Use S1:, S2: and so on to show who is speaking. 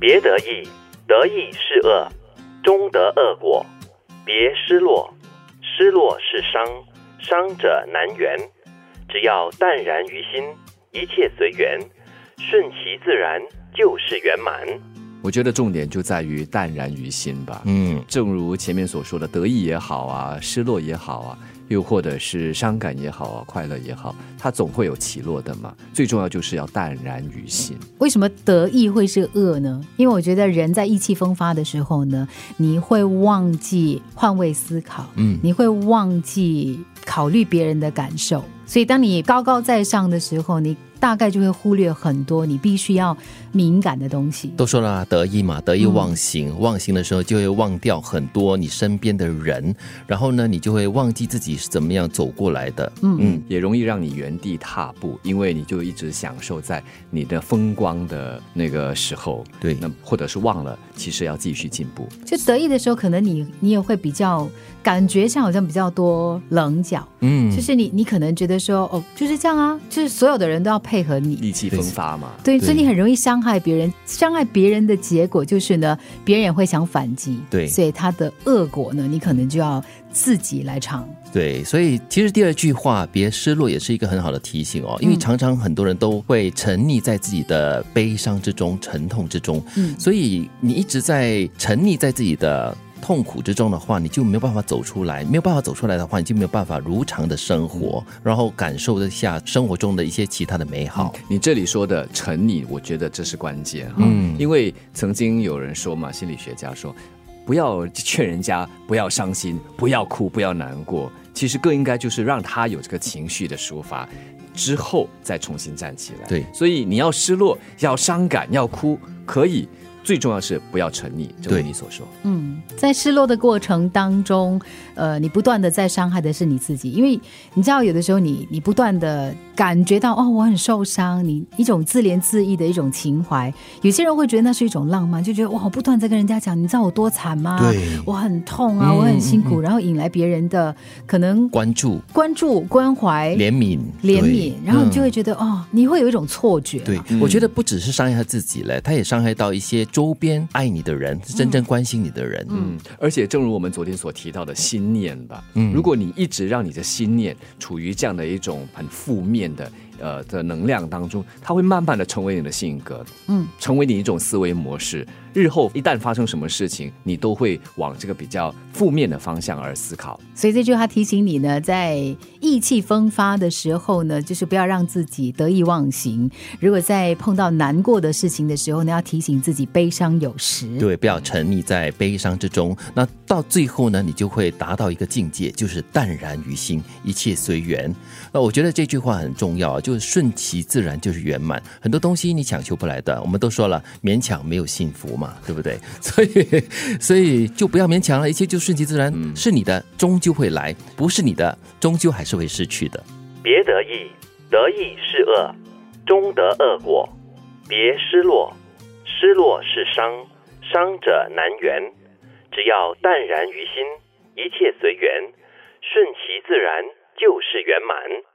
S1: 别得意，得意是恶，终得恶果。别失落，失落是伤，伤者难圆。只要淡然于心，一切随缘，顺其自然就是圆满。
S2: 我觉得重点就在于淡然于心吧。
S3: 嗯，
S2: 正如前面所说的，得意也好啊，失落也好啊，又或者是伤感也好啊，快乐也好，它总会有起落的嘛。最重要就是要淡然于心。
S4: 为什么得意会是恶呢？因为我觉得人在意气风发的时候呢，你会忘记换位思考，
S3: 嗯
S4: 你会忘记考虑别人的感受。所以，当你高高在上的时候，你大概就会忽略很多你必须要敏感的东西。
S3: 都说了啊得意嘛，得意忘形，忘形的时候就会忘掉很多你身边的人，然后呢，你就会忘记自己是怎么样走过来的。
S4: 嗯
S3: 嗯，
S2: 也容易让你原地踏步，因为你就一直享受在你的风光的那个时候，
S3: 对
S2: 那或者是忘了，其实要继续进步。
S4: 就得意的时候，可能你你也会比较感觉上好像比较多棱角，
S3: 嗯，
S4: 就是你你可能觉得说哦就是这样啊，就是所有的人都要配合你，
S2: 意气风发嘛，
S4: 对，
S3: 对
S4: 所以你很容易伤害别人。伤害别人的结果就是呢，别人也会想反击。
S3: 对
S4: 所以他的恶果呢，你可能就要自己来尝。
S3: 对，所以其实第二句话“别失落”也是一个很好的提醒哦，因为
S4: 嗯
S3: 常常很多人都会沉溺在自己的悲伤之中、沉痛之中，
S4: 嗯
S3: 所以你一直在沉溺在自己的。痛苦之中的话，你就没有办法走出来；没有办法走出来的话，你就没有办法如常的生活，然后感受一下生活中的一些其他的美好。
S2: 你这里说的沉溺，我觉得这是关键哈，
S3: 嗯
S2: 因为曾经有人说嘛，心理学家说，不要劝人家不要伤心，不要哭，不要难过，其实更应该就是让他有这个情绪的抒发。之后再重新站起来，
S3: 对
S2: 所以你要失落，要伤感，要哭，可以，最重要是不要沉溺，正如
S3: 对
S2: 你所说。
S4: 嗯，在失落的过程当中，呃，你不断的在伤害的是你自己，因为你知道，有的时候你你不断的感觉到哦，我很受伤，你一种自怜自艾的一种情怀。有些人会觉得那是一种浪漫，就觉得哇，我不断地在跟人家讲，你知道我多惨吗？
S3: 对嗯
S4: 我很痛啊，我很辛苦，然后引来别人的可能
S3: 关注、
S4: 关注、关怀、
S3: 怜悯、
S4: 哎怜悯，
S3: 对
S4: 然后你就嗯
S3: 嗯
S4: 会觉得、哦，你会有一种错觉、啊
S3: 对，，我觉得不只是伤害他自己了，他也伤害到一些周边爱你的人、
S4: 嗯
S3: 真正关心你的人。嗯
S2: 嗯，而且正如我们昨天所提到的心念吧，嗯，如果你一直让你的心念处于这样的一种很负面的呃的能量当中，它会慢慢的成为你的性格，
S4: 嗯，
S2: 成为你一种思维模式。日后一旦发生什么事情，你都会往这个比较负面的方向而思考。
S4: 所以这句话提醒你呢，在意气风发的时候呢，就是不要让自己得意忘形。如果在碰到难过的事情的时候呢，要提醒自己悲伤有时。
S3: 对，不要沉溺在悲伤之中。那到最后呢，你就会达到一个境界，就是淡然于心，一切随缘。那我觉得这句话很重要啊，就是顺其自然就是圆满。很多东西你抢求不来的，我们都说了，勉强没有幸福嘛，对不对？ 所以，所以就不要勉强了，一切就顺其自然。是你的终究会来，不是你的终究还是会失去的。
S1: 别得意，得意是恶，终得恶果。别失落，失落是伤，伤者难圆。只要淡然于心，一切随缘，顺其自然就是圆满。